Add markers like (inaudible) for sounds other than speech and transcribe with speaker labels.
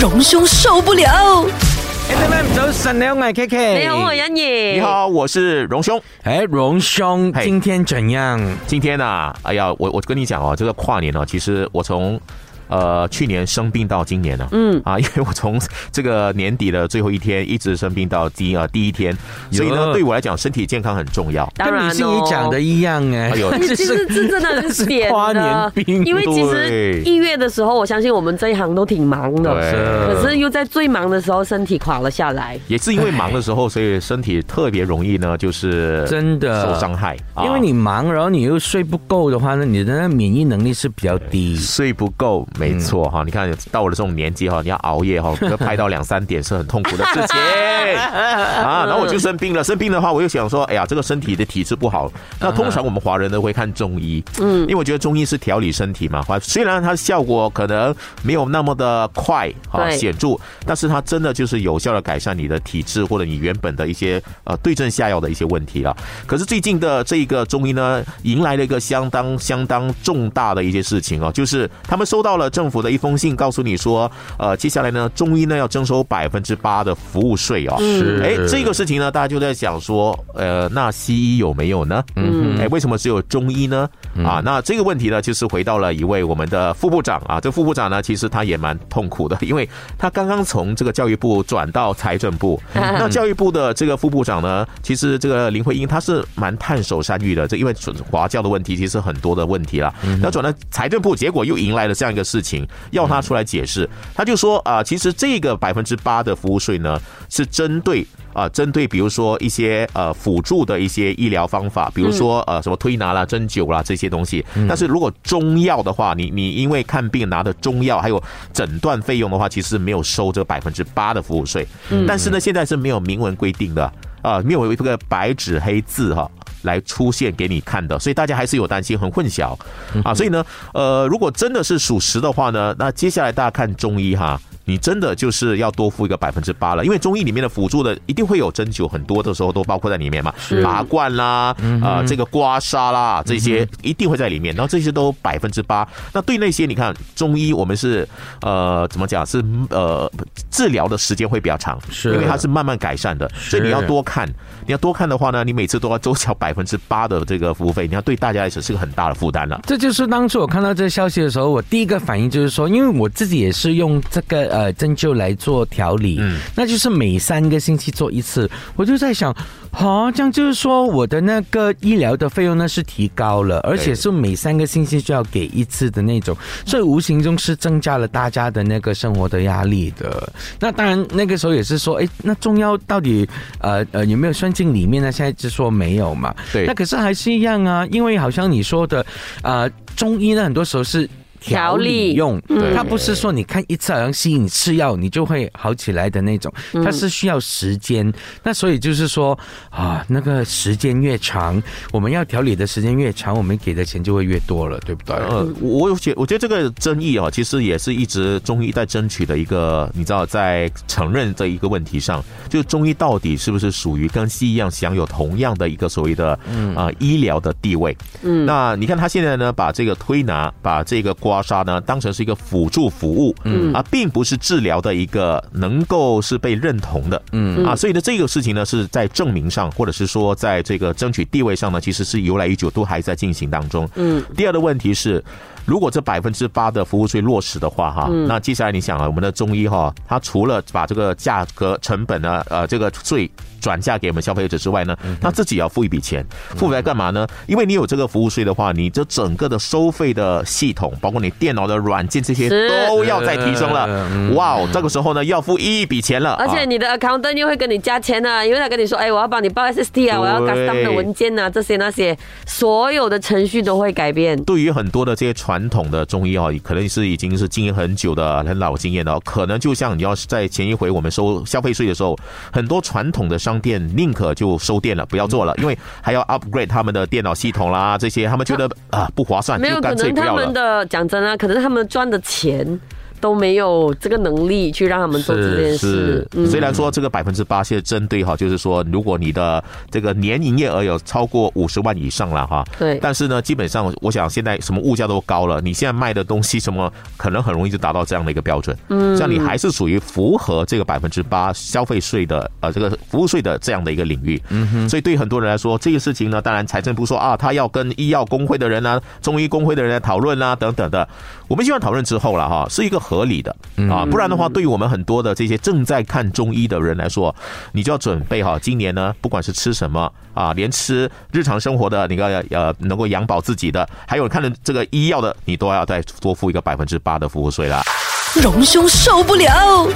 Speaker 1: 荣兄受不了。
Speaker 2: M M 早晨，你好，我系 K K。
Speaker 3: 你好，我是欣怡。
Speaker 4: 你，好，我是荣兄。
Speaker 2: 哎，荣兄，
Speaker 4: 嘿
Speaker 2: 今天怎样？
Speaker 4: 今天呢、哎呀，我我跟你讲哦，这个跨年哦，其实我从呃去年生病到今年呢、
Speaker 3: 嗯
Speaker 4: 啊， (laughs) 因为我从这个年底的最后一天一直生病到第呃第一天，所以
Speaker 2: 哟
Speaker 4: 呢，对我来讲，身体健康很重要。
Speaker 3: 当
Speaker 2: 跟
Speaker 3: 然、
Speaker 2: 你
Speaker 3: 哦、
Speaker 2: 心里讲的一样哎。
Speaker 3: (laughs)
Speaker 4: 哎呦
Speaker 3: 但是其实这真的很
Speaker 2: (laughs) 是
Speaker 3: 险
Speaker 2: 跨年
Speaker 3: 的，
Speaker 2: 病
Speaker 3: 因为其实
Speaker 4: 对
Speaker 3: 一月的时候，我相信我们这一行都挺忙的，
Speaker 2: 是
Speaker 3: 可是又在最忙的时候身体垮了下来。
Speaker 4: 也是因为忙的时候，所以身体特别容易呢，就是
Speaker 2: 真的
Speaker 4: 受伤害，啊
Speaker 2: 因为你忙，然后你又睡不够的话呢，你的免疫能力是比较低。
Speaker 4: 睡不够，没错
Speaker 2: 嗯
Speaker 4: 哈。你看到了这种年纪哈，你要熬夜哈，拍到两三点是很痛苦的事
Speaker 2: (laughs)
Speaker 4: 情 (laughs) 啊。然后我就生病了，生病的话我又想说，哎呀，这个身体的体质不好。那通常我们华人呢会看中医，嗯，因为我觉得中医是调理身体嘛，虽然它的效果可能没有那么的快哈
Speaker 3: 对
Speaker 4: 显著，但是它真的就是有效的改善你的体质或者你原本的一些呃对症下药的一些问题了。可是最近的这一个中医呢，迎来了一个相当相当重大的一些事情哦，就是他们收到了政府的一封信，告诉你说，呃，接下来呢，中医呢要征收百分之八的服务税哦。
Speaker 2: 是
Speaker 4: 哎，这个事情呢，大家就在想说，呃，那西医有没有呢？嗯，哎，为什么只有中医呢？啊，那这个问题呢，就是回到了一位我们的副部长啊，这副部长呢，其实他也蛮痛苦的，因为他刚刚从这个教育部转到财政部，那教育部的这个副部长呢，其实这个林慧英她是蛮探手山芋的，这因为华教的问题其实很多的问题啦。那转到财政部，结果又迎来了这样一个事情，要他出来解释。他就说啊、其实这个百分之八的服务税呢，是针对。啊，针对比如说一些呃辅助的一些医疗方法，比如说呃什么推拿啦、针灸啦这些东西。但是如果中药的话，你你因为看病拿的中药还有诊断费用的话，其实没有收这百分之八的服务税。但是呢，现在是没有明文规定的啊、没有这个白纸黑字哈、来出现给你看的，所以大家还是有担心，很混淆啊。所以呢，呃，如果真的是属实的话呢，那接下来大家看中医哈，你真的就是要多付一个百分之八了，因为中医里面的辅助的一定会有针灸，很多的时候都包括在里面嘛，拔罐啦，啊、这个刮痧啦，这些一定会在里面，然后这些都百分之八。那对那些你看中医，我们是呃怎么讲是呃治疗的时间会比较长，
Speaker 2: 是
Speaker 4: 因为它是慢慢改善的，所以你要
Speaker 2: 是
Speaker 4: 多。多看，你要多看的话呢，你每次都要多交百分之八的这个服务费，你要对大家来说是个很大的负担了。
Speaker 2: 这就是当初我看到这个消息的时候，我第一个反应就是说，因为我自己也是用这个呃针灸来做调理，那就是每三个星期做一次。我就在想，啊，这样就是说我的那个医疗的费用呢是提高了，而且是每三个星期就要给一次的那种，所以无形中是增加了大家的那个生活的压力的。那当然那个时候也是说，哎，那中药到底呃呃有没有算进里面呢？现在就说没有嘛，
Speaker 4: 对
Speaker 2: 那可是还是一样啊，因为好像你说的，呃，中医呢很多时候是。调
Speaker 3: 调
Speaker 2: 理
Speaker 3: 理
Speaker 2: 用，
Speaker 4: 嗯
Speaker 2: 它不是说你看一次好像吸引吃药你就会好起来的那种，
Speaker 4: 嗯
Speaker 2: 它是需要时间。那所以就是说啊，那个时间越长，我们要调理的时间越长，我们给的钱就会越多了，对不对？
Speaker 4: 呃，我有觉，我觉得这个争议啊，其实也是一直中医在争取的一个，你知道，在承认这一个问题上，就是中医到底是不是属于跟西医一样享有同样的一个所谓的啊、呃医疗的地位？嗯，那你看他现在呢，把这个推拿，把这个刮痧呢，当成是一个辅助服务，嗯啊，并不是治疗的一个能够是被认同的，嗯啊，所以呢，这个事情呢是在证明上，或者是说在这个争取地位上呢，其实是由来已久，都还在进行当中。嗯，第二的问题是。如果这百分之八的服务税落实的话，哈、
Speaker 3: 嗯
Speaker 4: 那接下来你想啊，我们的中医哈，它除了把这个价格成本呢，呃，这个税转嫁给我们消费者之外呢，
Speaker 3: 嗯
Speaker 4: 他自己也要付一笔钱，付来干嘛呢？因为你有这个服务税的话，你这整个的收费的系统，包括你电脑的软件这些
Speaker 3: 是
Speaker 4: 都要再提升了
Speaker 2: 嗯。
Speaker 4: 哇哦，这个时候呢，要付一笔钱了，
Speaker 3: 而且
Speaker 4: 啊
Speaker 3: 你的 accountant 又会跟你加钱啊，因为他跟你说，哎，我要帮你报 SST 啊，我要 custom 的文件啊，这些那些，所有的程序都会改变。
Speaker 4: 对于很多的这些传统的中医哦，可能是已经是经营很久的、很老经验的哦，可能就像你要是在前一回我们收消费税的时候，很多传统的商店宁可就收店了，不要做了，因为还要 upgrade 他们的电脑系统啦，这些他们觉得啊不划算，
Speaker 3: 没有
Speaker 4: 就
Speaker 3: 可
Speaker 4: 干脆
Speaker 3: 能
Speaker 4: 不
Speaker 3: 他
Speaker 4: 要了
Speaker 3: 们。的讲真啊，可能他们赚的钱都没有这个能力去让他们做这件事
Speaker 2: 是。
Speaker 4: 虽然说这个百分之八现在针对哈，就是说如果你的这个年营业额有超过五十万以上了哈，
Speaker 3: 对
Speaker 4: 但是呢，基本上我想现在什么物价都高了，你现在卖的东西什么，可能很容易就达到这样的一个标准，嗯，这样你还是属于符合这个百分之八消费税的呃这个服务税的这样的一个领域，嗯哼，所以对很多人来说，这个事情呢，当然财政部说啊，他要跟医药工会的人啊、中医工会的人来讨论啊等等的，我们希望讨论之后了哈，是一个合理的啊，不然的话，对于我们很多的这些正在看中医的人来说，你就要准备好，今年呢，不管是吃什么啊，连吃日常生活的那个呃能够养饱自己的，还有看着这个医药的，你都要再多付一个百分之八的服务税啦。
Speaker 1: 荣兄受不了。